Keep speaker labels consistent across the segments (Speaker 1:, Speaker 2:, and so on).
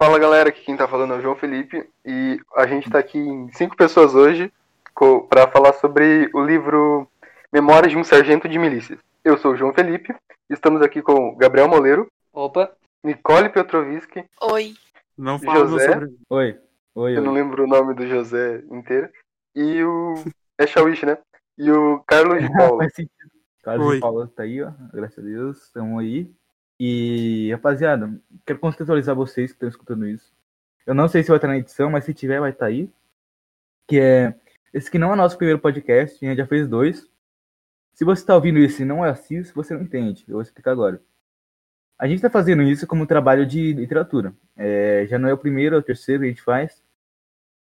Speaker 1: Fala galera, aqui quem tá falando é o João Felipe e a gente tá aqui em cinco pessoas hoje para falar sobre o livro Memórias de um Sargento de Milícias. Eu sou o João Felipe, estamos aqui com o Gabriel Moleiro,
Speaker 2: Opa,
Speaker 1: Nicole Petrovski,
Speaker 3: Oi.
Speaker 4: Não falando
Speaker 1: José?
Speaker 4: sobre.
Speaker 5: Oi. Oi,
Speaker 1: eu não
Speaker 5: oi.
Speaker 1: lembro o nome do José inteiro, e o. É Shawish, né? E o Carlos de Paula.
Speaker 5: Faz sentido. Caso
Speaker 4: Oi.
Speaker 5: de Paula tá aí, ó. Graças a Deus, estamos aí. E, rapaziada, quero contextualizar vocês que estão escutando isso. Eu não sei se vai estar na edição, mas se tiver, vai estar aí. Que é. Esse que não é nosso primeiro podcast, a gente já fez dois. Se você tá ouvindo isso e não assiste, você não entende. Eu vou explicar agora. A gente tá fazendo isso como trabalho de literatura. É, já não é o primeiro, é o terceiro que a gente faz.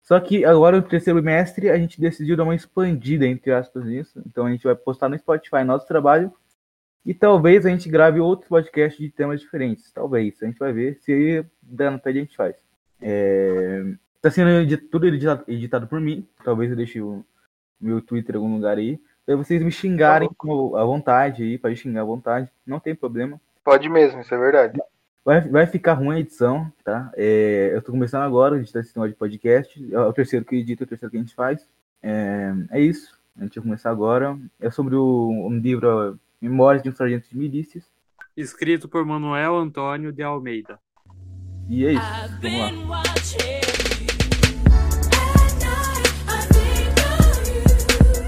Speaker 5: Só que agora, no terceiro mestre, a gente decidiu dar uma expandida, entre aspas, nisso. Então a gente vai postar no Spotify nosso trabalho. E talvez a gente grave outro podcast de temas diferentes. Talvez. A gente vai ver. Se der na pede, a gente faz. É... Tá sendo edi- tudo editado, editado por mim. Talvez eu deixe o meu Twitter em algum lugar aí. Pra vocês me xingarem com- à vontade aí, pra xingar à vontade. Não tem problema.
Speaker 1: Pode mesmo, isso é verdade.
Speaker 5: Vai, vai ficar ruim a edição, tá? É, eu tô começando agora, a gente tá esse negócio de podcast. É o terceiro que edita, é o terceiro que a gente faz. É, é isso. A gente vai começar agora. É sobre o, um livro ó, Memórias de um Sargento de Milícias.
Speaker 4: Escrito por Manuel Antônio de Almeida.
Speaker 5: E é isso.
Speaker 3: I've
Speaker 5: Vamos lá.
Speaker 3: been watching you. At night, I think of you.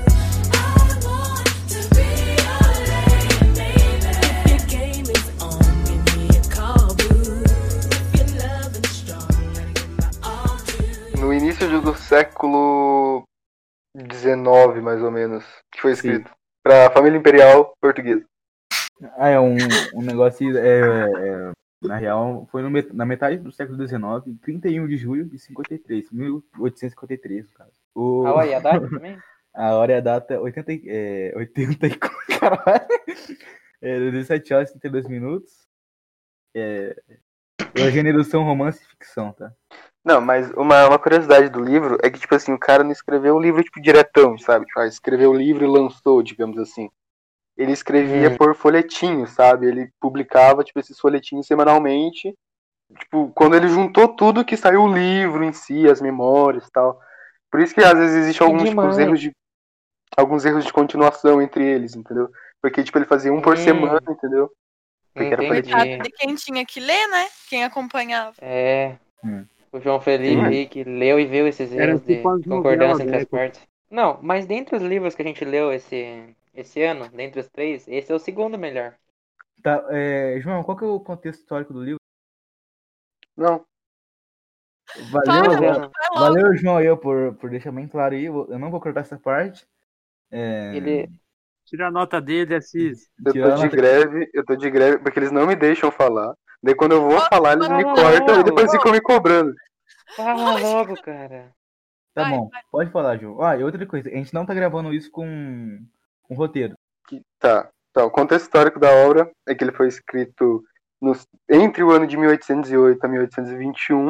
Speaker 3: I want to be your lady, baby. Your game is on, give me a call, boo. If you're loving strong, I give my all to you.
Speaker 1: No início do século XIX, mais ou menos, que foi
Speaker 5: Sim.
Speaker 1: escrito. Pra família imperial portuguesa.
Speaker 5: Ah, é um, um negócio. é, é, na real, foi no met- na metade do século XIX, em 31 de julho de 53, 1853, no caso. O,
Speaker 2: a Hawaii, a Dali também?
Speaker 5: A hora e a data, 80, e- é, 80 e... Caralho! É, 17 horas e 32 minutos. É... O gênero são romance e ficção, tá?
Speaker 1: Não, mas uma, uma curiosidade do livro é que, tipo assim, o cara não escreveu o livro, tipo, diretão, sabe? Tipo, ah, escreveu o livro e lançou, digamos assim. Ele escrevia por folhetinho, sabe? Ele publicava, tipo, esses folhetinhos semanalmente. Tipo, quando ele juntou tudo que saiu o livro em si, as memórias e tal. Por isso que às vezes existe alguns tipo,
Speaker 2: demais.
Speaker 1: uns erros de alguns erros de continuação entre eles, entendeu? Porque, tipo, ele fazia um por
Speaker 2: Hum.
Speaker 1: semana, entendeu? Porque era
Speaker 2: Entendi.
Speaker 3: Coitado de quem tinha que ler, né? Quem acompanhava.
Speaker 2: É.
Speaker 5: Hum.
Speaker 2: O João Felipe
Speaker 1: Sim.
Speaker 2: aí que leu e viu esses
Speaker 4: Era
Speaker 2: erros de
Speaker 4: tipo as novelas,
Speaker 2: concordância entre
Speaker 4: né?
Speaker 2: as partes. Não, mas dentre os livros que a gente leu esse, esse ano, dentre os três, esse é o segundo melhor.
Speaker 5: tá é, João, qual que é o contexto histórico do livro?
Speaker 1: Não.
Speaker 5: Valeu,
Speaker 3: Fala,
Speaker 5: João.
Speaker 3: Vai logo.
Speaker 5: valeu João, eu, por, por deixar bem claro aí. Eu eu não vou cortar essa parte. É,
Speaker 2: Ele,
Speaker 4: Tira a nota dele, Assis.
Speaker 1: Eu
Speaker 5: tirar
Speaker 1: tô de
Speaker 5: nota-
Speaker 1: greve, eu tô de greve, porque eles não me deixam falar. Daí quando eu vou falar, eles me
Speaker 2: não,
Speaker 1: cortam
Speaker 2: não,
Speaker 1: e depois
Speaker 2: não.
Speaker 1: ficam me cobrando.
Speaker 2: fala logo, cara.
Speaker 5: Tá
Speaker 3: Vai,
Speaker 5: bom, pode falar, João. Ah, e outra coisa, a gente não tá gravando isso com, com roteiro.
Speaker 1: Que- Tá. Tá, o contexto histórico da obra é que ele foi escrito nos- entre o ano de 1808 a 1821.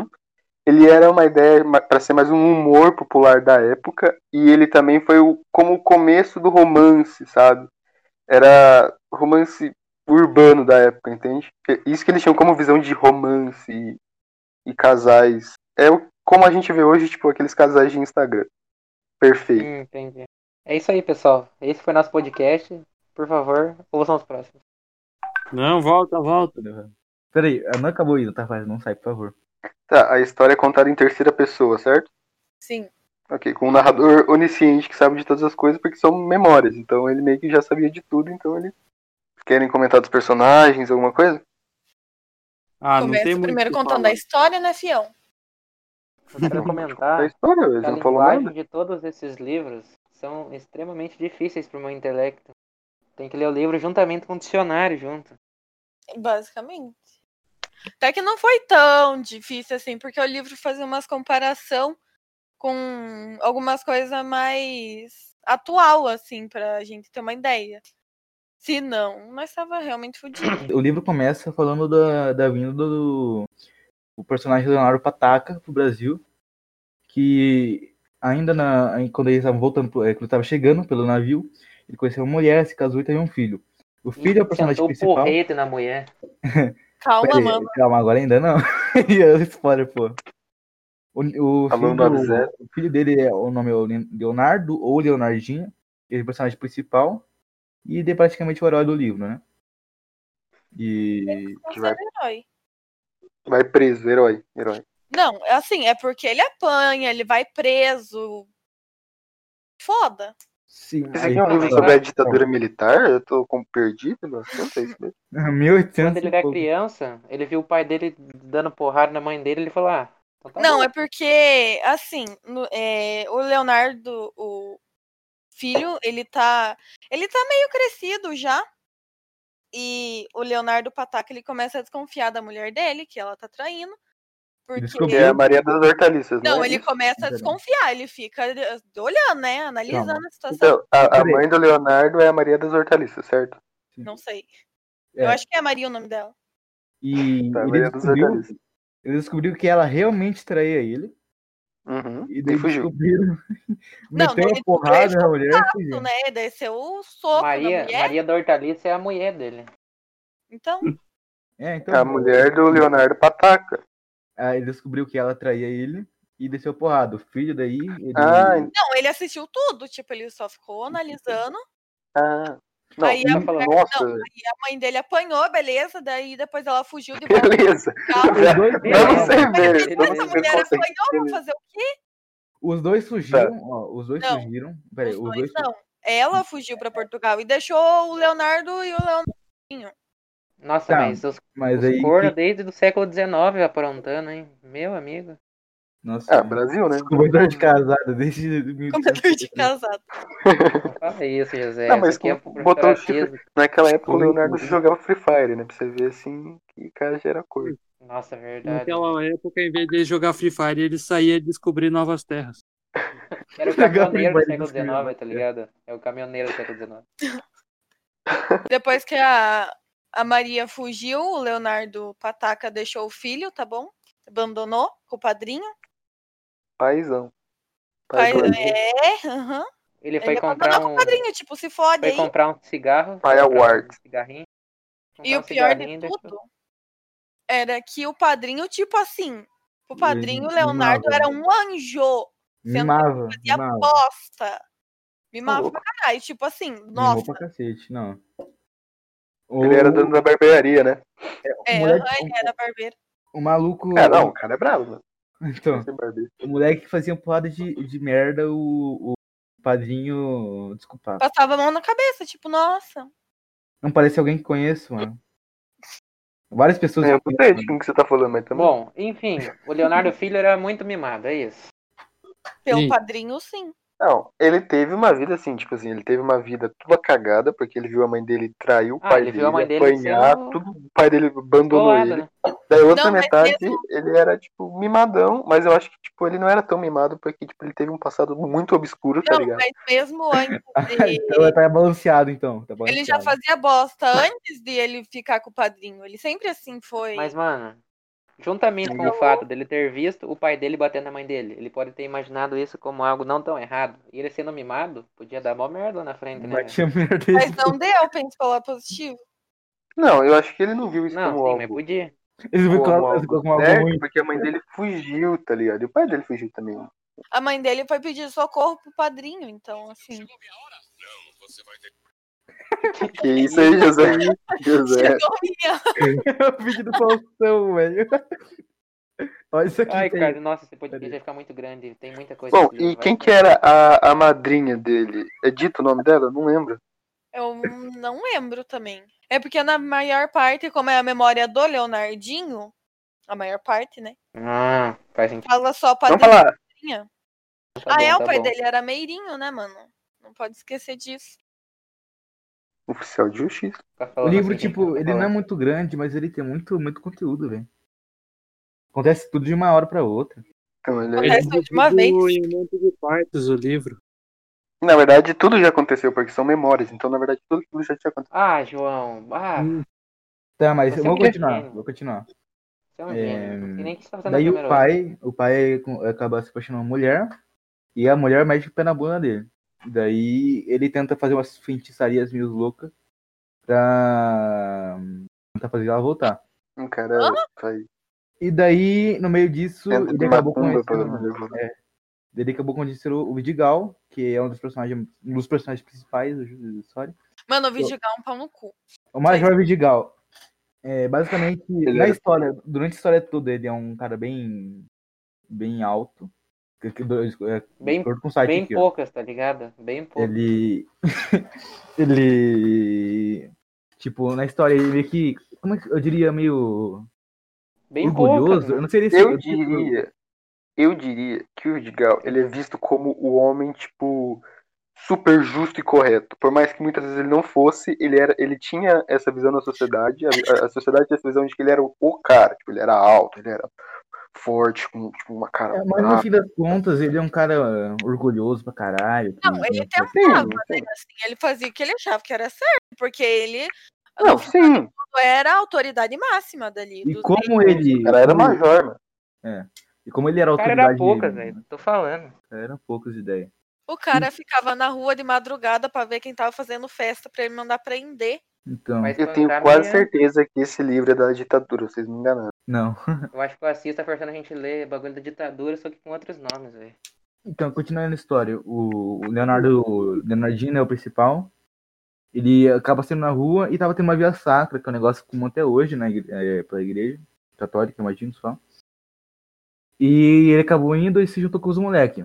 Speaker 1: Ele era uma ideia para ser mais um humor popular da época e ele também foi o, como o começo do romance, sabe? Era romance urbano da época, entende? É Isso que eles tinham como visão de romance e, e casais. É o- como a gente vê hoje, tipo, aqueles casais de Instagram. Perfeito.
Speaker 2: Hum, entendi. É isso aí, pessoal. Esse foi nosso podcast. Por favor, ouçam os próximos.
Speaker 4: Não, volta, volta.
Speaker 5: Peraí, não acabou ainda, tá? Faz, Não sai, por favor.
Speaker 1: Tá, a história é contada em terceira pessoa, certo?
Speaker 3: Sim.
Speaker 1: Ok, com um narrador onisciente que sabe de todas as coisas porque são memórias. Então ele meio que já sabia de tudo, então ele. Querem comentar dos personagens, alguma coisa?
Speaker 4: Ah, não tem
Speaker 3: Começa
Speaker 4: muito
Speaker 3: primeiro
Speaker 4: o que
Speaker 3: contando
Speaker 4: falar.
Speaker 3: a história, né, fião?
Speaker 2: Eu
Speaker 1: É
Speaker 2: quero
Speaker 1: a
Speaker 2: comentar
Speaker 1: história, eles
Speaker 2: que a
Speaker 1: não falam nada.
Speaker 2: linguagem de todos esses livros são extremamente difíceis para o meu intelecto. Tem que ler o livro juntamente com o dicionário junto.
Speaker 3: Basicamente. Até que não foi tão difícil assim, porque o livro fazia umas comparação com algumas coisas mais atual, assim, pra gente ter uma ideia. Se não, nós tava realmente fudido.
Speaker 5: O livro começa falando da, da vinda do, do personagem Leonardo Pataca pro Brasil, que ainda na, quando eles estavam voltando, pro- eh, quando estava chegando pelo navio, ele conheceu uma mulher, se casou e teve um filho. O filho é o personagem
Speaker 2: sentou o
Speaker 5: principal.
Speaker 2: porrete na mulher.
Speaker 3: Calma,
Speaker 5: Peraí,
Speaker 3: mama.
Speaker 5: calma, agora ainda não. E é spoiler, pô. O, o, filho,
Speaker 1: Falando do Abzé.
Speaker 5: o filho dele é o nome é o Leon- Leonardo ou Leonardinho. Ele é o personagem principal. E ele é praticamente o herói do livro, né? E.
Speaker 1: Que
Speaker 6: Não
Speaker 1: vai-
Speaker 6: é herói.
Speaker 1: Vai preso, herói, herói.
Speaker 6: Não, é assim, é porque ele apanha, ele vai preso. Foda.
Speaker 5: Sim,
Speaker 1: Esse aqui é
Speaker 5: Então,
Speaker 1: um
Speaker 5: tá.
Speaker 1: livro sobre a ditadura militar? Eu tô com perdido, não sei isso mesmo.
Speaker 5: 1800.
Speaker 2: Quando ele era
Speaker 5: é e pouco.
Speaker 2: criança, ele viu o pai dele dando porrada na mãe dele, ele falou, ah, então tá
Speaker 6: Não,
Speaker 2: bom.
Speaker 6: é porque, assim, no- é, o Leonardo, o filho, ele tá. Ele tá meio crescido já. E o Leonardo Pataca, ele começa a desconfiar da mulher dele, que ela tá traindo. Porque.
Speaker 1: Que é
Speaker 5: Descobriu.
Speaker 1: a Maria das Hortaliças,
Speaker 6: Não,
Speaker 1: é
Speaker 6: ele
Speaker 1: isso?
Speaker 6: começa a
Speaker 5: Verdade.
Speaker 6: desconfiar, ele fica eh, olhando, né? Analisando a situação.
Speaker 1: Então, a, a
Speaker 5: Peraí.
Speaker 1: mãe do Leonardo é a Maria das Hortaliças, certo?
Speaker 6: Não sei.
Speaker 5: É.
Speaker 6: Eu acho que é Maria o nome dela.
Speaker 5: E
Speaker 1: Tá,
Speaker 5: ele
Speaker 1: Maria dos
Speaker 5: descobriu,
Speaker 1: Hortaliças.
Speaker 5: ele descobriu que ela realmente traía ele.
Speaker 1: Uhum.
Speaker 5: E
Speaker 1: E
Speaker 5: daí
Speaker 1: fugiu.
Speaker 5: descobriram.
Speaker 6: Não,
Speaker 5: Meteu
Speaker 6: não,
Speaker 5: uma
Speaker 6: ele
Speaker 5: porrada na mulher e
Speaker 6: Isso,
Speaker 5: fugiu.
Speaker 6: né? Deve ser o soco da
Speaker 2: Maria,
Speaker 6: mulher.
Speaker 2: Maria da Hortaliça é a mulher dele.
Speaker 6: Então,
Speaker 5: É, então.
Speaker 1: A mulher do Leonardo Pataca.
Speaker 5: Aí ele descobriu que ela traía ele e desceu porrada. O filho daí. Ele...
Speaker 1: Ah, en-
Speaker 6: não, ele assistiu tudo, tipo, ele só ficou analisando.
Speaker 1: ah. Não,
Speaker 6: Aí a
Speaker 2: tá falando,
Speaker 1: nossa,
Speaker 6: não, a mãe dele apanhou, beleza, daí depois ela fugiu de volta
Speaker 1: beleza.
Speaker 6: pro
Speaker 1: então
Speaker 6: carro.
Speaker 5: Os dois, Tá.
Speaker 1: Vamos
Speaker 2: sei.
Speaker 1: ser
Speaker 2: então
Speaker 6: Mas
Speaker 1: ver.
Speaker 6: depois
Speaker 1: Vamos
Speaker 6: a
Speaker 1: ser
Speaker 6: mulher apanhou pra
Speaker 1: conceito.
Speaker 6: fazer o quê?
Speaker 5: os dois
Speaker 1: Tá.
Speaker 5: fugiram, ó. Os dois
Speaker 6: Não.
Speaker 5: fugiram. Peraí,
Speaker 6: Os dois
Speaker 5: fugiram.
Speaker 6: não. Ela fugiu pra Portugal e deixou o Leonardo e o Leonardo.
Speaker 2: Nossa,
Speaker 5: Tá,
Speaker 2: mas os,
Speaker 5: Mas
Speaker 2: os
Speaker 5: aí.
Speaker 2: corno
Speaker 5: que-
Speaker 2: desde o século XIX aprontando, hein? Meu amigo.
Speaker 5: Nossa.
Speaker 1: Ah, Brasil, né?
Speaker 5: Comedor de casada desde. 1800.
Speaker 6: Comedor de casado.
Speaker 2: Não fala isso, José.
Speaker 1: Não,
Speaker 2: Isso
Speaker 1: mas
Speaker 2: aqui é
Speaker 1: tu
Speaker 2: pro
Speaker 1: botou o
Speaker 2: fanatismo.
Speaker 5: tipo
Speaker 1: Naquela época o
Speaker 5: Oi,
Speaker 1: Leonardo
Speaker 5: oi.
Speaker 1: jogava Free Fire, né? Pra você ver assim que o cara já era cor.
Speaker 2: Nossa, é verdade.
Speaker 4: Naquela época, em vez de jogar Free Fire, ele saía descobrir novas terras.
Speaker 2: Era o
Speaker 5: Jogar
Speaker 2: caminhoneiro do
Speaker 5: Free Fire
Speaker 2: século
Speaker 5: nos
Speaker 2: XIX, tá
Speaker 5: crianças.
Speaker 2: ligado? É o caminhoneiro do século XIX.
Speaker 6: Depois que a, a Maria fugiu, o Leonardo Pataca deixou o filho, tá bom? Abandonou com o padrinho.
Speaker 1: Paizão.
Speaker 6: Pai,
Speaker 1: Paizão.
Speaker 6: é, aham.
Speaker 2: Ele foi
Speaker 6: Ele
Speaker 2: comprar
Speaker 6: abandonou com
Speaker 2: um.
Speaker 6: o padrinho, tipo, se fode
Speaker 2: Foi
Speaker 6: aí.
Speaker 2: comprar um cigarro.
Speaker 1: Pai
Speaker 2: comprar
Speaker 1: Award.
Speaker 2: Um cigarrinho. comprar
Speaker 6: E o
Speaker 2: um
Speaker 6: pior de
Speaker 2: cigarrinho, deixa eu-
Speaker 6: tudo era que o padrinho, tipo assim, o padrinho
Speaker 5: Ele
Speaker 6: Leonardo
Speaker 5: mimava.
Speaker 6: era um anjo. Sendo
Speaker 5: Mimava.
Speaker 6: E
Speaker 5: Mimava.
Speaker 6: aposta. Mimava
Speaker 1: Ô,
Speaker 6: pra caralho. Tipo assim,
Speaker 5: Nossa.
Speaker 6: nossa.
Speaker 5: Pra cacete, não.
Speaker 1: Ele era dono da barbearia, né?
Speaker 5: o
Speaker 6: É,
Speaker 5: moleque-
Speaker 6: aham, ele era barbeiro.
Speaker 5: O maluco.
Speaker 1: É, não, o cara é bravo, mano.
Speaker 5: Então,
Speaker 1: Esse barbeiro.
Speaker 5: o moleque que fazia porrada de, de merda, o, o padrinho. Desculpa.
Speaker 6: Passava a mão na cabeça, tipo, nossa.
Speaker 5: Não parece alguém que conheço, mano. Várias pessoas.
Speaker 1: É,
Speaker 5: que
Speaker 1: eu não sei de
Speaker 5: conheço,
Speaker 1: quem que você tá falando, mas também.
Speaker 2: Bom, enfim, o Leonardo Filho era muito mimado, é isso.
Speaker 6: Pelo
Speaker 4: Sim.
Speaker 6: padrinho, sim.
Speaker 1: Não, ele teve uma vida assim, tipo assim, ele teve uma vida toda cagada, porque ele viu a mãe dele trair o
Speaker 2: Ah,
Speaker 1: pai
Speaker 2: ele
Speaker 1: dele,
Speaker 2: viu a mãe dele
Speaker 1: apanhar,
Speaker 2: sendo
Speaker 1: tudo, o pai dele abandonou
Speaker 2: Bolado,
Speaker 1: ele.
Speaker 2: né?
Speaker 1: Daí outra
Speaker 6: Não, mas
Speaker 1: metade, ele era, tipo, mimadão, mas eu acho que, tipo, ele não era tão mimado, porque, tipo, ele teve um passado muito obscuro, tá
Speaker 6: Não,
Speaker 1: ligado?
Speaker 6: mas mesmo antes
Speaker 5: mano.
Speaker 6: de.
Speaker 5: Então tá balanceado, então. Tá balanceado.
Speaker 6: Ele já fazia bosta antes de ele ficar com o padrinho. Ele sempre assim foi.
Speaker 2: Mas, mano, juntamente com o fato dele ter visto o pai dele batendo na mãe dele, ele pode ter imaginado isso como algo não tão errado. E ele sendo mimado, podia dar mó merda na frente, né?
Speaker 5: Vai
Speaker 2: velho?
Speaker 5: tinha merda.
Speaker 6: Mas não deu, pensa pelo lado positivo.
Speaker 1: Não, eu acho que ele não viu isso
Speaker 2: Não,
Speaker 1: como
Speaker 2: sim,
Speaker 1: algo.
Speaker 2: mas podia.
Speaker 5: Eles vão
Speaker 1: como
Speaker 5: colocar
Speaker 1: algo
Speaker 5: com alguma
Speaker 1: certo,
Speaker 5: ruim.
Speaker 1: porque a mãe dele fugiu, tá ligado? E o pai dele fugiu também.
Speaker 6: A mãe dele foi pedir socorro pro padrinho, então, assim.
Speaker 1: Que isso aí, José. José.
Speaker 6: Chegou minha.
Speaker 5: É o vídeo do Faustão, velho. Olha isso aqui.
Speaker 2: Ai,
Speaker 5: tem.
Speaker 2: cara, nossa, esse podcast
Speaker 5: Peraí.
Speaker 2: vai ficar muito grande, tem muita coisa.
Speaker 1: Bom,
Speaker 2: que
Speaker 1: e
Speaker 2: vai-
Speaker 1: quem que é? era a, a madrinha dele? É dito o nome dela? Não lembro.
Speaker 6: Eu não lembro também. É porque na maior parte, como é a memória do Leonardinho, a maior parte, né?
Speaker 2: Ah, faz sentido.
Speaker 6: Fala só
Speaker 1: Vamos
Speaker 6: padrinho.
Speaker 1: falar.
Speaker 2: Tá
Speaker 6: Ah,
Speaker 2: bom,
Speaker 6: é, o
Speaker 2: tá
Speaker 6: pai
Speaker 2: bom.
Speaker 6: dele era Meirinho, né, mano? Não pode esquecer disso.
Speaker 1: Oficial de Justiça.
Speaker 2: Tá
Speaker 5: O
Speaker 2: falando
Speaker 5: livro,
Speaker 2: assim,
Speaker 5: tipo,
Speaker 2: tá
Speaker 5: ele não é
Speaker 2: falando.
Speaker 5: muito grande, mas ele tem muito, muito conteúdo, velho. Acontece tudo de uma hora pra outra.
Speaker 1: Então, ele-
Speaker 6: Acontece
Speaker 4: Ele
Speaker 6: tudo de uma vez.
Speaker 4: dividiu Em um monte de partes o livro.
Speaker 1: Na verdade, tudo já aconteceu, porque são memórias. Então, na verdade, tudo, tudo já tinha acontecido.
Speaker 2: Ah, João, ah,
Speaker 4: Hum.
Speaker 5: Tá, mas
Speaker 2: Você
Speaker 5: eu vou
Speaker 2: é um
Speaker 5: continuar,
Speaker 2: gênio.
Speaker 5: vou continuar.
Speaker 2: você é um
Speaker 5: É,
Speaker 2: gênio. Não sei nem o que você tá fazendo na
Speaker 5: Daí o
Speaker 2: primeira hora.
Speaker 5: pai, o pai com- acaba se apaixonando por uma mulher e a mulher mete o pé na bunda dele. Daí ele tenta fazer umas feitiçarias meio loucas pra tentar fazer ela voltar.
Speaker 1: Um cara Hum, faz
Speaker 5: E daí, no meio disso,
Speaker 1: Dentro de
Speaker 5: ele
Speaker 1: uma
Speaker 5: acabou
Speaker 1: tumba,
Speaker 5: conhecendo-
Speaker 1: pelo menos.
Speaker 5: é, ele acabou conhecendo o Vidigal, que é um dos personagens, um dos personagens principais do jogo da história.
Speaker 6: Mano, o vídeo é um pau no cu.
Speaker 5: O Major Vidigal. É, basicamente, na
Speaker 1: era-
Speaker 5: história, durante a história toda, ele é um cara bem. bem alto. Que- que- dois- é,
Speaker 2: Bem-
Speaker 5: tô com o site
Speaker 2: Bem
Speaker 5: aqui, ó.
Speaker 2: poucas, tá ligado? Bem poucas.
Speaker 5: Ele. ele. Tipo, na história, ele meio que. Como é que eu diria? Meio.
Speaker 2: Bem
Speaker 5: é orgulhoso.
Speaker 2: poucas. né?
Speaker 5: eu
Speaker 2: mano.
Speaker 5: não sei se. é
Speaker 1: Eu diria, eu diria que o Digal, ele é visto como o homem, tipo, super justo e correto. Por mais que muitas vezes ele não fosse, ele era, ele tinha essa visão da sociedade, a, a sociedade tinha essa visão de que ele era o, o cara, tipo, ele era alto, ele era forte, com tipo, uma cara
Speaker 5: É, mas no
Speaker 1: brava.
Speaker 5: fim das contas, ele é um cara orgulhoso pra caralho. assim, que-
Speaker 6: Não, ele
Speaker 5: que-
Speaker 6: tentava,
Speaker 1: Sim,
Speaker 6: né?
Speaker 1: sim.
Speaker 6: Assim, ele fazia o que ele achava que era certo, porque ele
Speaker 1: Não, sim,
Speaker 6: era a autoridade máxima dali.
Speaker 5: E
Speaker 6: um dos
Speaker 5: como
Speaker 6: meios.
Speaker 5: ele.
Speaker 1: o cara era
Speaker 5: como ele-
Speaker 1: major, mano.
Speaker 5: E como ele era
Speaker 2: O cara
Speaker 5: autoridade. né?
Speaker 2: era poucas, né? velho. Tô falando.
Speaker 5: Era poucas ideias.
Speaker 6: O cara ficava na rua de madrugada pra ver quem tava fazendo festa pra ele mandar prender.
Speaker 5: Então,
Speaker 2: Mas
Speaker 1: Eu tenho
Speaker 2: pra
Speaker 1: quase
Speaker 2: mim, é
Speaker 1: certeza que esse livro é da ditadura, vocês me enganaram.
Speaker 5: não.
Speaker 2: Eu acho que o Assis tá forçando a gente a ler bagulho da ditadura, só que com outros nomes, velho.
Speaker 5: Então, continuando a história, o o Leonardo, o Leonardinho é o principal. Ele acaba sendo na rua e tava tendo uma via sacra, que é um negócio comum até hoje, né? igre- É, pra igreja católica, imagino só. E ele acabou indo e se juntou com os moleques.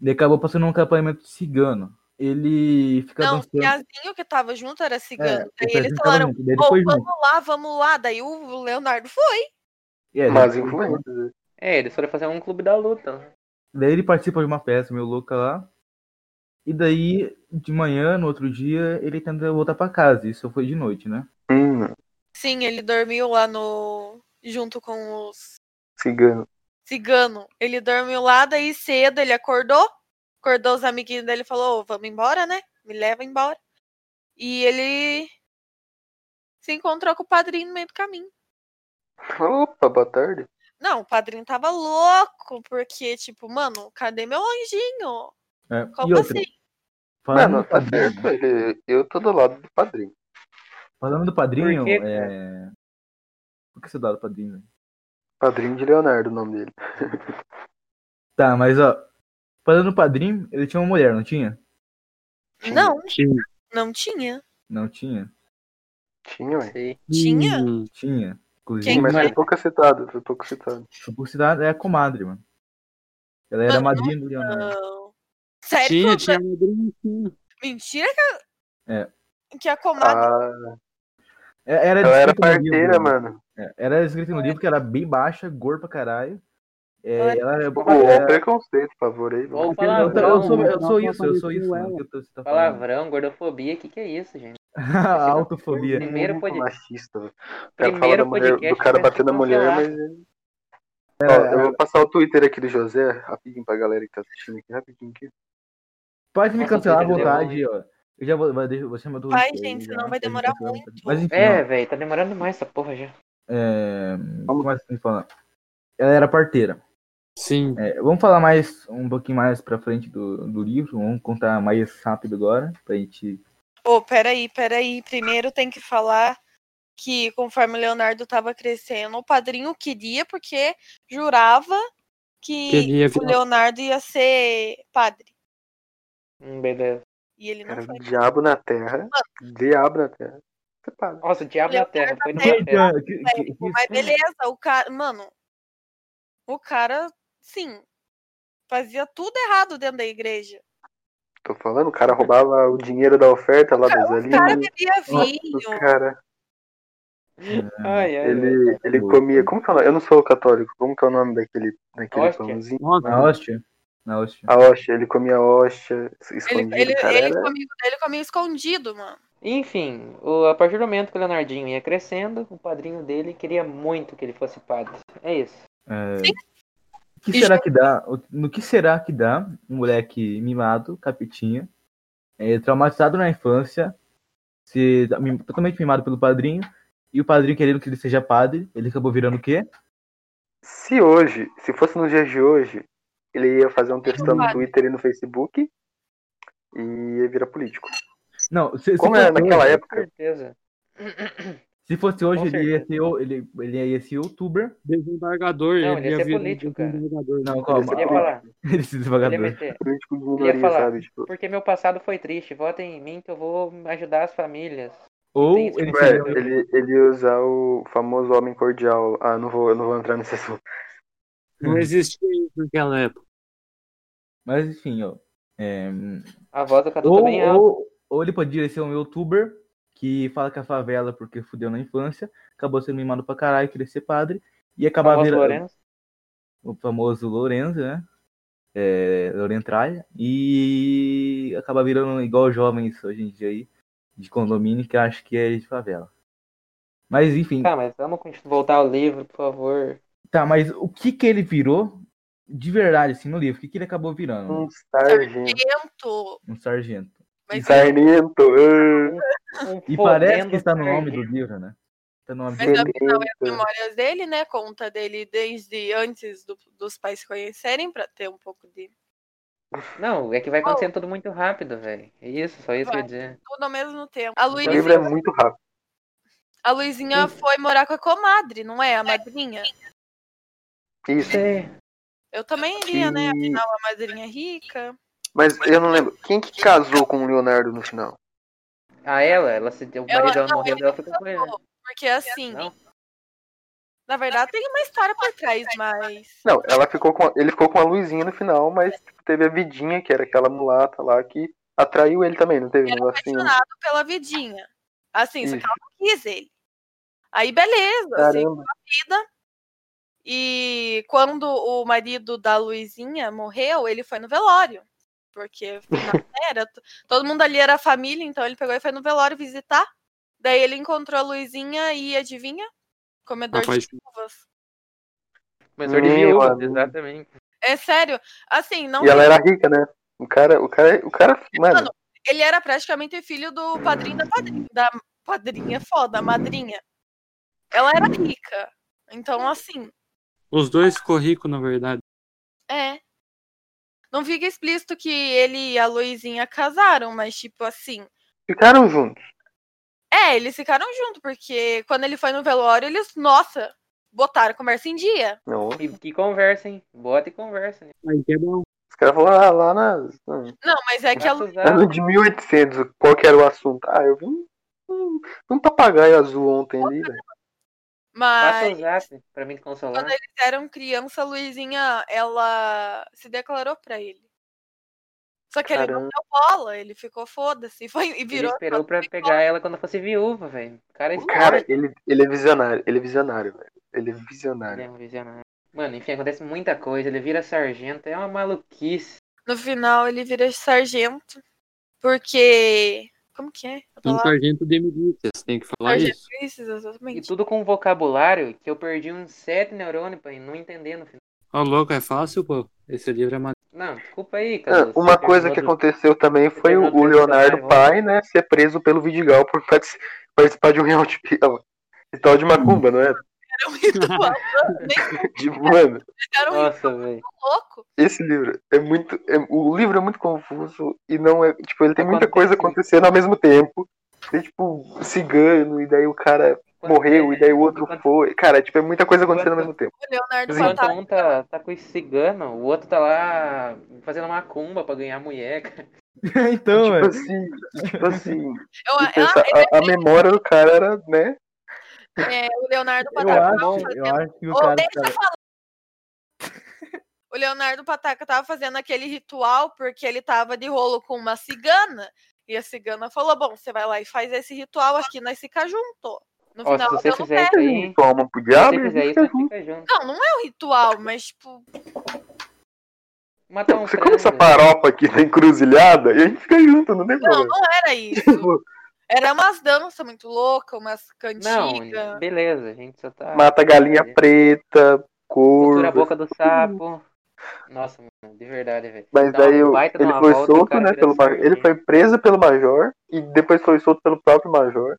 Speaker 5: Ele acabou passando num acampamento cigano. Ele fica
Speaker 6: Não, o
Speaker 5: dançando.
Speaker 6: Piazinho que tava junto era
Speaker 5: É,
Speaker 6: cigano.
Speaker 5: ele
Speaker 6: Daí
Speaker 5: faz
Speaker 6: eles
Speaker 5: um
Speaker 6: falaram,
Speaker 5: casamento, daí ele
Speaker 6: "Ô,
Speaker 5: foi junto.
Speaker 6: vamos lá, vamos lá. Daí o Leonardo foi.
Speaker 5: É, ele
Speaker 1: Mas
Speaker 5: foi junto.
Speaker 1: influência.
Speaker 2: É, eles foram fazer um clube da luta.
Speaker 5: Daí ele participa de uma festa meio louca lá. E daí, de manhã, no outro dia, ele tenta voltar pra casa. Isso foi de noite, né?
Speaker 1: Hum,
Speaker 6: Sim, ele dormiu lá no. junto com os
Speaker 1: cigano.
Speaker 6: cigano. Ele dormiu lá, daí cedo ele acordou. Acordou os amiguinhos dele e falou: "Ô, vamos embora, né? Me leva embora. E ele se encontrou com o padrinho no meio do caminho.
Speaker 1: Opa, boa tarde.
Speaker 6: Não, o padrinho tava louco, porque, tipo, mano, cadê meu anjinho?
Speaker 5: É,
Speaker 6: Como assim?
Speaker 5: falando,
Speaker 1: Mano,
Speaker 5: do
Speaker 1: tá
Speaker 5: padrinho,
Speaker 1: certo. ele- Eu tô do lado do padrinho.
Speaker 5: falando do padrinho,
Speaker 2: Por que, cara?
Speaker 5: é... Por que você dá do padrinho? velho?
Speaker 1: Padrinho de Leonardo, o nome dele.
Speaker 5: Tá, mas ó, falando do padrinho, ele tinha uma mulher, não tinha?
Speaker 6: Não,
Speaker 4: Tinha.
Speaker 6: não tinha.
Speaker 5: Não tinha?
Speaker 1: Tinha, ué.
Speaker 2: Sei.
Speaker 6: Tinha?
Speaker 4: Hum,
Speaker 5: Tinha. Inclusive,
Speaker 1: Sim, mas
Speaker 4: Mas-
Speaker 1: foi pouco citado, foi pouco citado.
Speaker 5: foi por cidade, é a comadre, mano. Ela era
Speaker 6: Mano,
Speaker 5: madrinha do Leonardo.
Speaker 6: Não. Sério?
Speaker 4: tinha,
Speaker 6: que eu-
Speaker 4: tinha madrinha, tinha.
Speaker 6: Mentira que a,
Speaker 5: É.
Speaker 6: que a comadre.
Speaker 1: Ah,
Speaker 5: É- Era
Speaker 1: ela era
Speaker 5: descrita no livro,
Speaker 1: parteira,
Speaker 5: velho.
Speaker 1: mano.
Speaker 5: É, Era escrito no livro que era bem baixa, gorda pra caralho. É,
Speaker 6: Ela
Speaker 5: ela era.
Speaker 1: Pô,
Speaker 5: era-
Speaker 1: o preconceito, por favor, aí.
Speaker 2: Ou
Speaker 1: mano.
Speaker 5: Eu,
Speaker 2: palavrão,
Speaker 5: tô- eu sou, eu
Speaker 4: Ela
Speaker 5: sou isso, eu sou
Speaker 4: apareceu
Speaker 5: isso.
Speaker 4: ela.
Speaker 5: Mano, que eu tô, você tá falando.
Speaker 2: palavrão, gordofobia, que que é isso, gente?
Speaker 5: A autofobia.
Speaker 2: Primeiro
Speaker 1: Muito
Speaker 2: podcast.
Speaker 1: machista, velho. O cara fala da
Speaker 2: Primeiro
Speaker 1: mulher, do
Speaker 2: podcast
Speaker 1: cara
Speaker 2: vai ser
Speaker 1: batendo na mulher, mas. é-
Speaker 2: cancelado.
Speaker 1: Ó, eu vou passar o Twitter aqui do José, rapidinho pra galera que tá assistindo aqui, rapidinho aqui.
Speaker 5: Pode me
Speaker 2: Nossa,
Speaker 5: cancelar à
Speaker 2: entendeu?
Speaker 5: vontade, ó. Eu já vou, vou, deixa- vou chamar do.
Speaker 6: Vai,
Speaker 5: Twitter
Speaker 6: gente,
Speaker 5: aí,
Speaker 6: senão
Speaker 5: já,
Speaker 6: vai
Speaker 5: pra gente
Speaker 6: demorar
Speaker 5: cancelar.
Speaker 6: muito.
Speaker 5: Mas enfim,
Speaker 2: É,
Speaker 5: é.
Speaker 2: velho, tá demorando mais essa porra já.
Speaker 5: é... Como é que falar? Ela era parteira.
Speaker 4: Sim.
Speaker 5: É, vamos falar mais um pouquinho mais pra frente do, do livro. Vamos contar mais rápido agora. Pra gente.
Speaker 6: Ô, peraí, peraí. Primeiro tem que falar que conforme o Leonardo tava crescendo, o padrinho queria, porque jurava que,
Speaker 4: Que ele ia
Speaker 6: o
Speaker 4: virar-
Speaker 6: Leonardo ia ser padre.
Speaker 2: Hum, beleza.
Speaker 6: E ele não
Speaker 1: Era
Speaker 6: foi.
Speaker 1: o diabo na terra. Diabo na terra. Separa.
Speaker 2: Nossa, o diabo na
Speaker 6: Leonardo
Speaker 2: terra, foi numa
Speaker 6: Neto.
Speaker 2: festa.
Speaker 5: Que- que-
Speaker 6: É,
Speaker 5: que-
Speaker 6: Mas beleza, o cara. Mano, o cara, sim, fazia tudo errado dentro da igreja.
Speaker 1: Tô falando, o cara roubava o dinheiro da oferta lá das
Speaker 6: O cara
Speaker 1: ali.
Speaker 6: bebia
Speaker 1: O
Speaker 6: vinho.
Speaker 1: cara,
Speaker 2: Ai, ai, velho.
Speaker 1: ele, ele comia. Como que é o nome? Eu não sou católico. Como que é o nome daquele, daquele
Speaker 2: Hóstia.
Speaker 1: pãozinho?
Speaker 5: Na
Speaker 4: Nossa,
Speaker 5: Áustria? Na Áustria.
Speaker 1: A Osha, ele comia Osha,
Speaker 6: Ele,
Speaker 1: escondido,
Speaker 6: ele,
Speaker 1: cara.
Speaker 6: ele,
Speaker 1: era-
Speaker 6: comia, ele comia escondido, mano.
Speaker 2: Enfim, o- a partir do momento que o Leonardinho ia crescendo, o padrinho dele queria muito que ele fosse padre. É isso.
Speaker 5: É.
Speaker 6: Sim.
Speaker 5: O que
Speaker 6: E
Speaker 5: será que dá? o- No que será que dá um moleque mimado, capitinha, é, traumatizado na infância, se, mim- totalmente mimado pelo padrinho, e o padrinho querendo que ele seja padre, ele acabou virando o quê?
Speaker 1: Se hoje, se fosse nos dias de hoje, ele ia fazer um textão no
Speaker 6: Claro.
Speaker 1: Twitter e no Facebook e ia virar político.
Speaker 5: Não, é se, se
Speaker 1: Como
Speaker 5: fosse
Speaker 1: era naquela
Speaker 5: hoje,
Speaker 1: época,
Speaker 2: certeza.
Speaker 5: se Se fosse hoje,
Speaker 2: Com
Speaker 5: ele ia, ser, o- ele, ele ia ser youtuber.
Speaker 4: Desembargador.
Speaker 2: Não,
Speaker 5: é
Speaker 2: ele ia ser
Speaker 4: virar
Speaker 2: político, cara.
Speaker 4: desembargador.
Speaker 5: Não,
Speaker 2: Ele
Speaker 5: calma.
Speaker 2: ia falar,
Speaker 5: Ele se
Speaker 2: ele é ia
Speaker 5: devagador.
Speaker 2: meter.
Speaker 1: Político de
Speaker 2: Ele ia
Speaker 1: minoria,
Speaker 2: falar,
Speaker 1: sabe? Tipo,
Speaker 2: Porque meu passado foi triste, votem em mim que eu vou ajudar as famílias.
Speaker 5: Ou
Speaker 2: Tem esse
Speaker 5: ele
Speaker 1: ué,
Speaker 5: seria.
Speaker 1: ele, ele ia usar o famoso homem cordial. Ah, não vou, eu não vou entrar nesse assunto.
Speaker 4: Não existia isso naquela época.
Speaker 5: Mas enfim, ó. É,
Speaker 2: A voz do Cadu
Speaker 5: ou,
Speaker 2: também é alta.
Speaker 5: ou, ou ele poderia ser um youtuber que fala que a favela porque fudeu na infância, acabou sendo mimado pra caralho, queria ser padre, e
Speaker 2: A
Speaker 5: acabar
Speaker 2: voz do
Speaker 5: virando.
Speaker 2: Lourenço.
Speaker 5: o famoso Lorenzo, né? É, Lorenzo Traia, e acaba virando igual jovens hoje em dia aí, de condomínio, que acho que é de favela. Mas enfim, tá,
Speaker 2: Tá, mas vamos con- voltar ao livro, por favor.
Speaker 5: mas o que que ele virou de verdade, assim, no livro? O que que ele acabou virando?
Speaker 2: Hum.
Speaker 1: Um sargento. Um
Speaker 6: Sargento.
Speaker 5: Um sargento.
Speaker 6: Mas,
Speaker 1: Sargento. ah,
Speaker 2: Um
Speaker 5: E parece que
Speaker 2: fodendo
Speaker 5: está no nome do
Speaker 2: sargento.
Speaker 5: livro, né? Tá no nome
Speaker 6: mas
Speaker 5: do...
Speaker 6: afinal, é as
Speaker 1: um Sargento.
Speaker 6: memórias dele, né? Conta dele desde antes do- dos pais se conhecerem, pra ter um pouco de
Speaker 2: Não, é que vai acontecendo tudo muito rápido, velho. É Isso, só isso que eu ia
Speaker 6: Vai.
Speaker 2: dizer.
Speaker 6: tudo ao mesmo tempo. A
Speaker 1: O livro é
Speaker 6: Luizinha,
Speaker 1: muito rápido.
Speaker 6: a Luizinha foi morar com a comadre, não é? A madrinha.
Speaker 1: Isso.
Speaker 6: Eu também iria, né?
Speaker 1: E-
Speaker 6: Afinal, a madrinha é rica.
Speaker 1: Mas eu não lembro. Quem que casou com o Leonardo no final?
Speaker 2: A ela, ela se o
Speaker 6: Ela- tá
Speaker 2: marido dela
Speaker 6: não,
Speaker 2: morreu,
Speaker 6: ele
Speaker 2: ela ficou com ele.
Speaker 6: Porque assim,
Speaker 2: Não.
Speaker 6: na verdade tem uma história por trás, mas.
Speaker 1: Não, ela ficou com a- ele ficou com a luzinha no final, mas tipo, teve a vidinha, que era aquela mulata lá, que atraiu ele também, não teve um
Speaker 6: Era
Speaker 1: negocinho?
Speaker 6: apaixonado pela vidinha. Assim, só que
Speaker 1: Isso.
Speaker 6: ela não quis ele. Aí, beleza, assim,
Speaker 1: Caramba.
Speaker 6: vida. E quando o marido da Luizinha morreu, ele foi no velório. Porque afinal, né, era, t- todo mundo ali era família, então ele pegou e foi no velório visitar. Daí ele encontrou a Luizinha e adivinha? Comedor
Speaker 4: Rapaz.
Speaker 6: de uvas.
Speaker 2: Mas eu de
Speaker 1: Meu
Speaker 2: viúva,
Speaker 1: amigo.
Speaker 2: exatamente.
Speaker 6: É sério, assim, não.
Speaker 1: E ela era rica, né? O cara, o cara, o cara, mano,
Speaker 6: Mano, ele era praticamente filho do padrinho da padrinha. Da padrinha foda, madrinha. Ela era rica. Então, assim,
Speaker 4: Os dois ficou rico, na verdade.
Speaker 6: É. Não fica explícito que ele e a Luizinha casaram, mas tipo assim.
Speaker 1: ficaram juntos.
Speaker 6: É, eles ficaram juntos, porque quando ele foi no velório, eles, nossa, botaram a conversa em dia.
Speaker 1: Não, os
Speaker 2: E que conversa, hein? Bota e conversa, né?
Speaker 4: Aí que é bom.
Speaker 1: caras falaram ah, lá nas,
Speaker 6: Não, mas é que a Lu...
Speaker 2: Graças a-
Speaker 1: ano de 1800, qual que era o assunto? Ah, eu vi um, um, um papagaio azul ontem ali, velho.
Speaker 2: Passa o
Speaker 6: Mas
Speaker 2: zap pra mim te consolar.
Speaker 6: quando eles eram criança, a Luizinha, ela se declarou pra ele. Só que ele
Speaker 1: Caramba.
Speaker 6: não deu bola, ele ficou foda-se e foi- e
Speaker 2: Ele
Speaker 6: virou. tá
Speaker 2: esperou pra pegar ela quando fosse viúva, velho. O cara é
Speaker 1: O
Speaker 2: esperto.
Speaker 1: cara, ele, ele é visionário, ele é visionário, velho. Ele é
Speaker 2: Ele
Speaker 1: visionário.
Speaker 2: é um visionário. Mano, enfim, acontece muita coisa. Ele vira sargento, é uma maluquice.
Speaker 6: No final, ele vira sargento, porque. Como que é? A
Speaker 4: Um
Speaker 6: palavra?
Speaker 4: sargento de milícias, tem que falar
Speaker 6: Sargento
Speaker 4: isso.
Speaker 6: Ulisses,
Speaker 2: E
Speaker 6: exatamente.
Speaker 2: tudo com um vocabulário que eu perdi uns sete neurônios pra não entender no final.
Speaker 4: Ó, louco, é fácil, pô. Esse livro é maneiro.
Speaker 2: Não, desculpa aí,
Speaker 1: Ah,
Speaker 2: cara.
Speaker 1: uma coisa que aconteceu também foi o, o Leonardo Pai, né, ser preso pelo Vidigal por partic- participar de um reality show. E tal de Macumba, não é?
Speaker 6: era um ritual. Nem
Speaker 1: Tipo, mano,
Speaker 6: era um ritual
Speaker 2: Nossa, velho.
Speaker 6: louco.
Speaker 1: esse livro é muito. é- o livro é muito confuso e não é. Tipo, ele tem muita coisa
Speaker 2: Acontece.
Speaker 1: acontecendo ao mesmo tempo. Tem, tipo, cigano, e daí o cara
Speaker 6: então,
Speaker 1: morreu, e daí o outro
Speaker 2: Enquanto,
Speaker 1: foi. Cara, tipo, é muita coisa acontecendo ao mesmo tempo.
Speaker 6: O Leonardo
Speaker 1: Sim.
Speaker 2: enquanto
Speaker 6: Fatah.
Speaker 2: um tá, tá com os cigano, o outro tá lá fazendo uma cumba pra ganhar mulher. cara.
Speaker 5: então,
Speaker 1: Tipo
Speaker 5: é.
Speaker 1: assim, tipo assim.
Speaker 6: Eu,
Speaker 1: e
Speaker 6: ah,
Speaker 1: pensa, a, a memória do cara era, né?
Speaker 6: é, o Leonardo
Speaker 5: Eu
Speaker 6: Pataca.
Speaker 2: cara,
Speaker 5: acho,
Speaker 2: não,
Speaker 5: eu acho que o
Speaker 6: Ô,
Speaker 5: cara. tá
Speaker 6: deixa eu falar. O Leonardo Pataca tava fazendo aquele ritual porque ele tava de rolo com uma cigana. E a cigana falou: Bom, você vai lá e faz esse ritual aqui, nós fica junto. No
Speaker 2: Ó, se
Speaker 6: final,
Speaker 2: você
Speaker 6: eu não
Speaker 2: fizer
Speaker 6: quero.
Speaker 2: isso aí, hein?
Speaker 1: Toma pro
Speaker 2: Se
Speaker 1: diabo
Speaker 2: você
Speaker 1: e
Speaker 2: fizer isso,
Speaker 1: fica
Speaker 2: nós
Speaker 1: junto.
Speaker 2: fica junto.
Speaker 6: Não, não é um ritual, mas, tipo,
Speaker 2: Matar um
Speaker 1: Você come essa
Speaker 2: frango.
Speaker 1: faropa aqui na encruzilhada e a gente fica junto, não tem
Speaker 6: não,
Speaker 1: problema.
Speaker 6: não era isso. Era umas danças muito loucas, umas cantigas.
Speaker 2: Não, beleza, a gente só tá.
Speaker 1: Mata a galinha preta,
Speaker 2: Costura
Speaker 1: curva.
Speaker 2: a boca do sapo. Nossa, mano, de verdade, velho.
Speaker 1: Mas
Speaker 2: Dá uma
Speaker 1: daí o-
Speaker 2: baita de
Speaker 1: ele
Speaker 2: uma
Speaker 1: foi
Speaker 2: volta, o
Speaker 1: solto,
Speaker 2: cara
Speaker 1: né?
Speaker 2: vira assim,
Speaker 1: Pelo ma-
Speaker 2: sargento.
Speaker 1: Ele foi preso pelo major e depois foi solto pelo próprio major.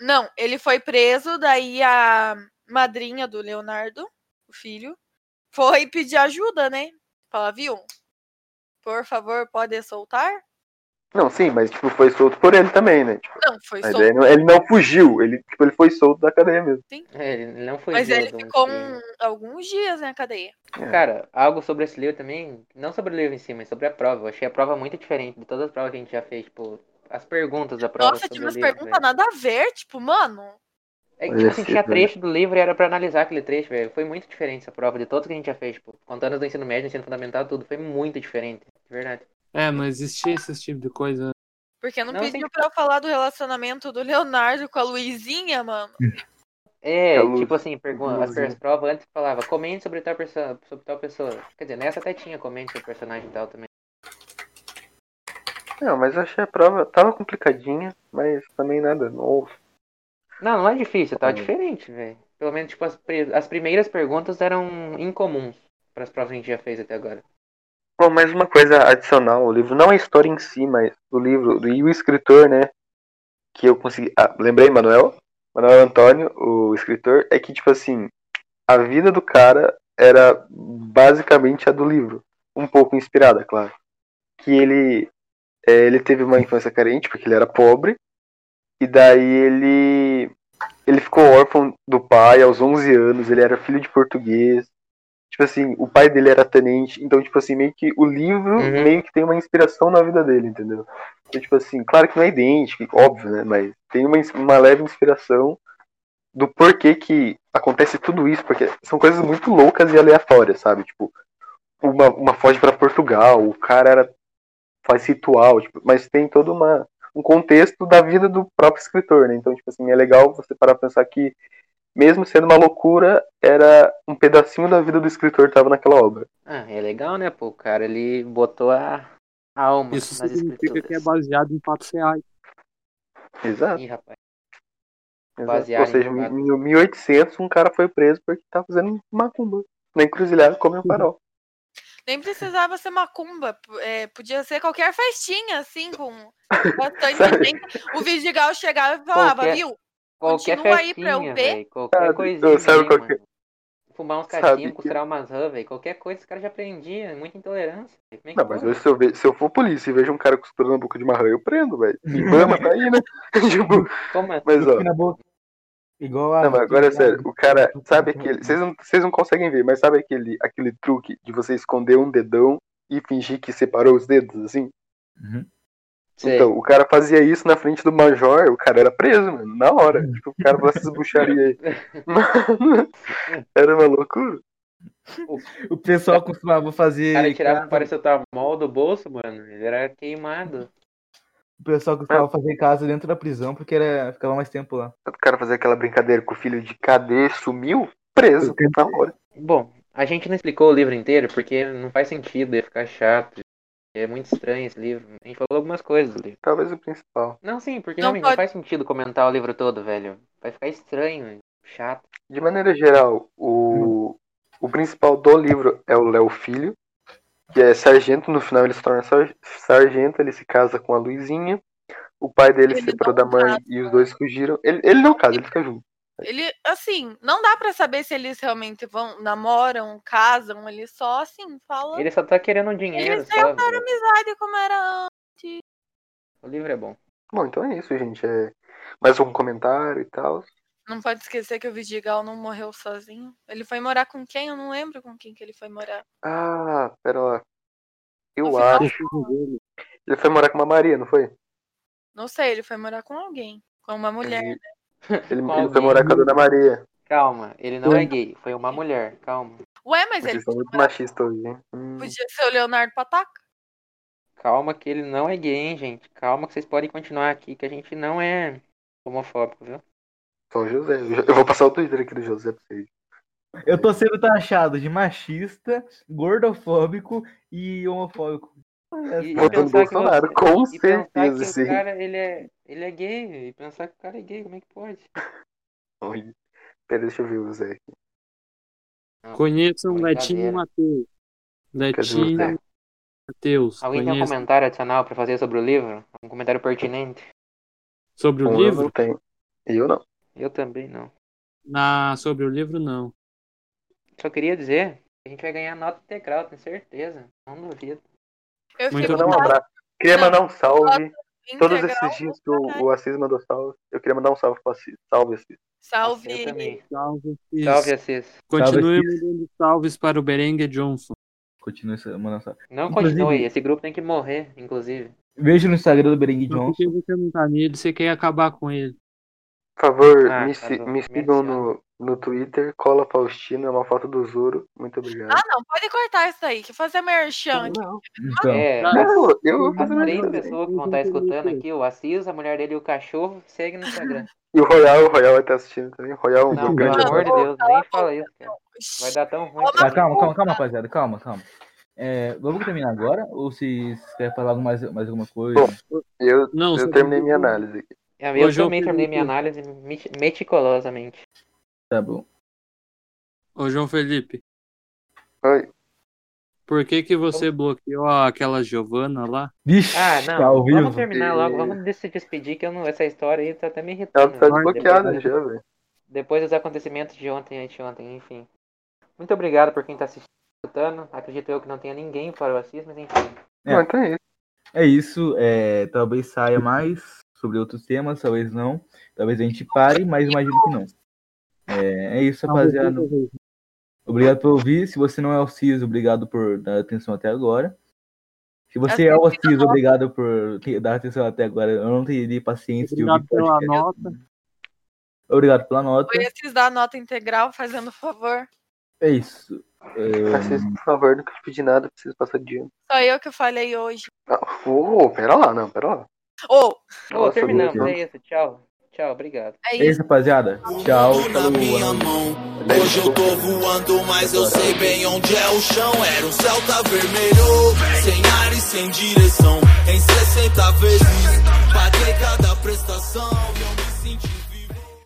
Speaker 6: Não, ele foi preso, daí a madrinha do Leonardo, o filho, foi pedir ajuda, né? Fala, viu? Por favor, pode soltar?
Speaker 1: Não, sim, mas tipo, foi solto por ele também, né? Tipo,
Speaker 6: Não, foi
Speaker 1: a
Speaker 6: solto.
Speaker 1: ideia não- ele não fugiu, ele, tipo, ele foi solto da cadeia mesmo.
Speaker 2: É, assim Ele não foi
Speaker 6: Mas
Speaker 2: vivo,
Speaker 6: ele
Speaker 2: não
Speaker 6: ficou
Speaker 2: sei.
Speaker 6: um- alguns dias né, na cadeia.
Speaker 2: Cara, algo sobre esse livro também, não sobre o livro em si, mas sobre a prova. Eu achei a prova muito diferente de todas as provas que a gente já fez, tipo, as perguntas da prova.
Speaker 6: Nossa,
Speaker 2: sobre
Speaker 6: tinha
Speaker 2: o
Speaker 6: umas
Speaker 2: livro,
Speaker 6: perguntas
Speaker 2: velho.
Speaker 6: nada a ver, tipo, mano.
Speaker 2: É que
Speaker 1: Olha
Speaker 2: tipo, assim,
Speaker 1: esse,
Speaker 2: tinha
Speaker 1: velho.
Speaker 2: trecho do livro e era pra analisar aquele trecho, velho. Foi muito diferente essa prova de todas que a gente já fez, tipo, contando as do ensino médio, ensino fundamental, tudo. Foi muito diferente, de verdade.
Speaker 4: É, mas existia esse tipo de coisa.
Speaker 6: Porque não,
Speaker 2: Não,
Speaker 6: pediu
Speaker 2: tem-
Speaker 6: pra eu falar do relacionamento do Leonardo com a Luizinha, mano.
Speaker 1: É
Speaker 2: É,
Speaker 1: né? a luz.
Speaker 2: tipo assim, pergunta, as,
Speaker 1: Luzinha.
Speaker 2: as provas antes falava, comente sobre tal, perso sobre tal pessoa. Quer dizer, nessa até tinha comente sobre personagem e tal também.
Speaker 1: Não, mas eu achei a prova, tava complicadinha, mas também nada novo.
Speaker 2: Não, não é difícil, tá
Speaker 1: Hum.
Speaker 2: diferente, velho. Pelo menos, tipo, as, pri- as primeiras perguntas eram incomuns pras provas que a gente já fez até agora.
Speaker 1: Bom, mais uma coisa adicional, o livro não é a história em si, mas o livro do- e o escritor, né? Que eu consegui. Ah, lembrei, Manuel? Manuel Antônio, o escritor, é que, tipo assim, a vida do cara era basicamente a do livro. Um pouco inspirada, claro. Que ele, é, ele teve uma infância carente, porque ele era pobre, e daí ele. Ele ficou órfão do pai aos 11 anos, ele era filho de português tipo assim, o pai dele era tenente, então, tipo assim, meio que o livro
Speaker 2: Uhum.
Speaker 1: meio que tem uma inspiração na vida dele, entendeu? Então, tipo assim, claro que não é idêntico, óbvio, né? Mas tem uma, ins- uma leve inspiração do porquê que acontece tudo isso, porque são coisas muito loucas e aleatórias, sabe? Tipo, uma, uma foge pra Portugal, o cara era faz ritual, tipo, mas tem toda uma um contexto da vida do próprio escritor, né? Então, tipo assim, é legal você parar pra pensar que mesmo sendo uma loucura, era um pedacinho da vida do escritor que tava naquela obra.
Speaker 2: Ah, é legal, né, pô? O cara, ele botou a a alma
Speaker 4: Isso
Speaker 2: nas
Speaker 4: significa
Speaker 2: escrituras.
Speaker 4: que é baseado em fatos reais.
Speaker 1: Exato.
Speaker 2: Ih, rapaz.
Speaker 1: exato.
Speaker 2: baseado
Speaker 1: Ou seja,
Speaker 2: em
Speaker 1: em
Speaker 2: fatos.
Speaker 1: 1800, um cara foi preso porque tava fazendo macumba. Na encruzilhada comendo um
Speaker 2: Uhum.
Speaker 1: farol.
Speaker 6: Nem precisava ser macumba. p- é, podia ser qualquer festinha, assim, com bastante
Speaker 1: Sabe?
Speaker 6: gente. O Vidigal chegava e falava,
Speaker 2: Qualquer-
Speaker 6: viu?
Speaker 2: Qualquer
Speaker 6: Continua aí pra eu
Speaker 2: festinha,
Speaker 6: ver.
Speaker 2: velho. Qualquer
Speaker 1: Sabe,
Speaker 2: coisinha,
Speaker 1: sabe
Speaker 2: aí,
Speaker 1: qual
Speaker 2: mano.
Speaker 1: que
Speaker 2: Fumar uns
Speaker 1: Sabe
Speaker 2: cachimbo,
Speaker 1: que-
Speaker 2: costurar umas rã, velho. Qualquer coisa, os caras já prendiam. Muita intolerância. véi. Como é que
Speaker 1: Não, mas
Speaker 2: pode?
Speaker 1: eu- se, eu ve- se eu for polícia e vejo um cara costurando a boca de uma rã, eu prendo, velho. Me mama, tá aí, né? Tipo,
Speaker 2: Como assim?
Speaker 1: mas ó.
Speaker 5: na boca. Igual a.
Speaker 1: Não, mas agora é sério, o cara, sabe aquele. Vocês não, vocês não conseguem ver, mas sabe aquele, aquele truque de você esconder um dedão e fingir que separou os dedos, assim?
Speaker 2: Sei.
Speaker 1: Então, o cara fazia isso na frente do Major, o cara era preso, mano, na hora. Tipo, o cara fazia essas bucharias aí. Mano, era uma loucura.
Speaker 5: O pessoal costumava
Speaker 2: O
Speaker 5: fazer.
Speaker 2: cara tirava
Speaker 5: casa-
Speaker 2: o pareceu mol do bolso, mano. Ele era queimado.
Speaker 5: O pessoal costumava fazer casa dentro da prisão porque era... ficava mais tempo lá.
Speaker 1: O cara fazia aquela brincadeira com o filho de cadê, sumiu, preso, na hora.
Speaker 2: Bom, a gente não explicou o livro inteiro porque não faz sentido, ia ficar chato. É muito estranho esse livro. A gente falou algumas coisas do livro.
Speaker 1: Talvez o principal.
Speaker 2: Não, sim, porque
Speaker 6: Não
Speaker 2: realmente
Speaker 6: pode-
Speaker 2: não faz sentido comentar o livro todo, velho. Vai ficar estranho, chato.
Speaker 1: De maneira geral, o, o principal do livro é o Léo Filho, que é sargento, no final ele se torna sar- sargento, ele se casa com a Luizinha. O pai dele
Speaker 6: Ele
Speaker 1: se separou da
Speaker 6: não
Speaker 1: mãe
Speaker 6: casa.
Speaker 1: e os dois fugiram. Ele, ele não casa, ele fica junto.
Speaker 6: Ele, assim, não dá pra saber se eles realmente vão, namoram, casam, ele só, assim, fala
Speaker 2: Ele só tá querendo dinheiro,
Speaker 6: Ele
Speaker 2: só, velho.
Speaker 6: amizade como era antes.
Speaker 2: O livro é bom.
Speaker 1: Bom, então é isso, gente. É mais algum comentário e tal.
Speaker 6: Não pode esquecer que o Vidigal não morreu sozinho. Ele foi morar com quem? Eu não lembro com quem que ele foi morar.
Speaker 1: Ah, pera lá. Eu
Speaker 6: No final-
Speaker 1: acho. Ele foi morar com uma Maria, não foi?
Speaker 6: Não sei, ele foi morar com alguém. Com uma mulher. né?
Speaker 1: Ele, ele,
Speaker 2: Com
Speaker 1: ele foi
Speaker 2: alguém.
Speaker 1: morar com a Dona Maria.
Speaker 2: Calma, ele não é gay, foi uma mulher, calma.
Speaker 6: Ué, mas é, ele
Speaker 1: Vocês são muito machistas hoje, hein? Hum,
Speaker 6: podia ser o Leonardo Pataca.
Speaker 2: Calma que ele não é gay, hein, gente. Calma que vocês podem continuar aqui, que a gente não é homofóbico, viu?
Speaker 1: só o José. Eu já- Eu vou passar o Twitter aqui do José pra vocês.
Speaker 5: Eu tô sendo taxado de machista, gordofóbico e homofóbico. É
Speaker 2: E,
Speaker 1: Votou no
Speaker 2: pensar que
Speaker 1: Bolsonaro,
Speaker 2: você-
Speaker 1: com
Speaker 2: e pensar
Speaker 1: certeza,
Speaker 2: que tá o
Speaker 1: sim.
Speaker 2: cara, ele é, ele é gay, e pensar que o cara é gay, como é que pode?
Speaker 1: Olha. Pera, deixa eu ver o José.
Speaker 2: Não,
Speaker 4: Conheço um
Speaker 2: Brincadeira. É.
Speaker 4: Letinho Mateus. Letinho
Speaker 1: Cadê
Speaker 4: Mateus.
Speaker 2: Alguém tem um
Speaker 4: Conheço.
Speaker 2: comentário adicional pra fazer sobre o livro? Um comentário pertinente?
Speaker 4: Sobre o
Speaker 2: um
Speaker 1: Bom, Eu
Speaker 4: livro?
Speaker 1: não tenho. Um Eu não.
Speaker 2: Eu também não.
Speaker 4: Na... Sobre o livro, não.
Speaker 2: Só queria dizer que a gente vai ganhar nota integral, tenho certeza. Não duvido.
Speaker 6: Eu fiquei
Speaker 4: Muito
Speaker 1: Vou dar um
Speaker 4: bom.
Speaker 6: preocupada
Speaker 1: abraço. Queria
Speaker 6: Não,
Speaker 1: mandar um salve. Todos
Speaker 6: Integral,
Speaker 1: esses dias que o, o Assis mandou salve, eu queria mandar um salve pro Assis. Salve, Assis. Assim
Speaker 2: Eu
Speaker 1: né?
Speaker 6: Salve.
Speaker 2: também.
Speaker 4: Salve, Assis.
Speaker 2: Salve, Assis.
Speaker 4: Continue
Speaker 5: Salve, Assis.
Speaker 4: mandando salves para o Berengue Johnson.
Speaker 5: Continua essa- mandando salve.
Speaker 2: Não
Speaker 5: Inclusive-
Speaker 2: continue, esse grupo tem que morrer, inclusive.
Speaker 5: Veja no Instagram do Berengue
Speaker 4: Só
Speaker 5: Johnson.
Speaker 4: porque você não tá nele, você quer acabar com ele.
Speaker 1: Por favor,
Speaker 2: Ah,
Speaker 1: me,
Speaker 2: tá
Speaker 1: si-
Speaker 2: bom.
Speaker 1: me sigam no, no Twitter, cola Faustino, é uma foto do Zoro. Muito obrigado.
Speaker 6: Ah, não, pode cortar isso daí, que fazer merchan. aqui.
Speaker 5: Então,
Speaker 2: É,
Speaker 4: Não,
Speaker 2: as-
Speaker 1: não, eu vou
Speaker 2: as
Speaker 1: fazer mais
Speaker 2: três
Speaker 1: uma.
Speaker 2: pessoas que vão estar escutando aqui, o Assis, a mulher dele e o cachorro, segue no Instagram.
Speaker 1: E o Royal, o Royal vai estar assistindo também. O Royal é um
Speaker 2: Não, pelo
Speaker 1: grande
Speaker 2: amor de
Speaker 1: abraço.
Speaker 2: Deus, nem fala isso, cara. Vai dar tão ruim.
Speaker 5: tá, calma, calma, calma, rapaziada. Calma, calma. É, vamos terminar agora? Ou se vocês querem falar mais, mais alguma coisa?
Speaker 1: Bom, Eu,
Speaker 4: Não, tá
Speaker 1: eu
Speaker 4: só-
Speaker 1: terminei minha análise aqui.
Speaker 2: Eu, eu
Speaker 4: Hoje eu
Speaker 2: também
Speaker 4: fiz
Speaker 2: terminei
Speaker 4: isso.
Speaker 2: minha análise meti- meticulosamente.
Speaker 5: Tá bom.
Speaker 4: Ô, João Felipe,
Speaker 1: Oi.
Speaker 4: por que que você bloqueou aquela Giovana lá?
Speaker 5: Vixe,
Speaker 2: Ah,
Speaker 5: tá
Speaker 2: não,
Speaker 5: ao vivo.
Speaker 2: vamos terminar logo, vamos des- se despedir, que eu não- essa história aí tá até me
Speaker 1: Ela
Speaker 2: irritando.
Speaker 1: tá
Speaker 2: né?
Speaker 1: desbloqueada
Speaker 2: Depois-
Speaker 1: já, velho.
Speaker 2: Depois dos acontecimentos de ontem e anteontem, enfim. Muito obrigado por quem tá assistindo, escutando. Acredito eu que não tenha ninguém fora o Assis, mas enfim.
Speaker 5: É.
Speaker 1: Não, então é isso.
Speaker 5: É isso. é, talvez saia mais sobre outros temas, talvez não. Talvez a gente pare, mas imagino que não. É, é isso, rapaziada. Obrigado por ouvir. Se você não é o CIS, obrigado por dar atenção até agora. Se você é o
Speaker 2: tá
Speaker 5: CIS, obrigado por ter- dar atenção até agora. Eu não teria paciência
Speaker 4: Obrigado
Speaker 5: de ouvir.
Speaker 4: pela
Speaker 5: podcast.
Speaker 4: nota.
Speaker 5: Obrigado pela nota.
Speaker 6: Foi esses da nota integral, fazendo favor.
Speaker 5: É isso. É,
Speaker 1: Assista, por favor, nunca te pedi nada, preciso passar de dia.
Speaker 6: Só eu que falei hoje.
Speaker 1: Ah, oh, pera lá, não, pera lá.
Speaker 6: Ou,
Speaker 2: Ô,
Speaker 1: Nossa,
Speaker 2: terminamos,
Speaker 1: Deus.
Speaker 2: é isso. Tchau. Tchau, obrigado.
Speaker 6: é
Speaker 5: é
Speaker 6: isso.
Speaker 5: isso, rapaziada. Tchau.
Speaker 7: mundo na
Speaker 5: falou,
Speaker 7: minha
Speaker 5: amém.
Speaker 7: mão. Hoje eu tô voando, mas eu sei bem onde é o tá chão. Era um Celta vermelho, sem ar e sem direção. Em 60 vezes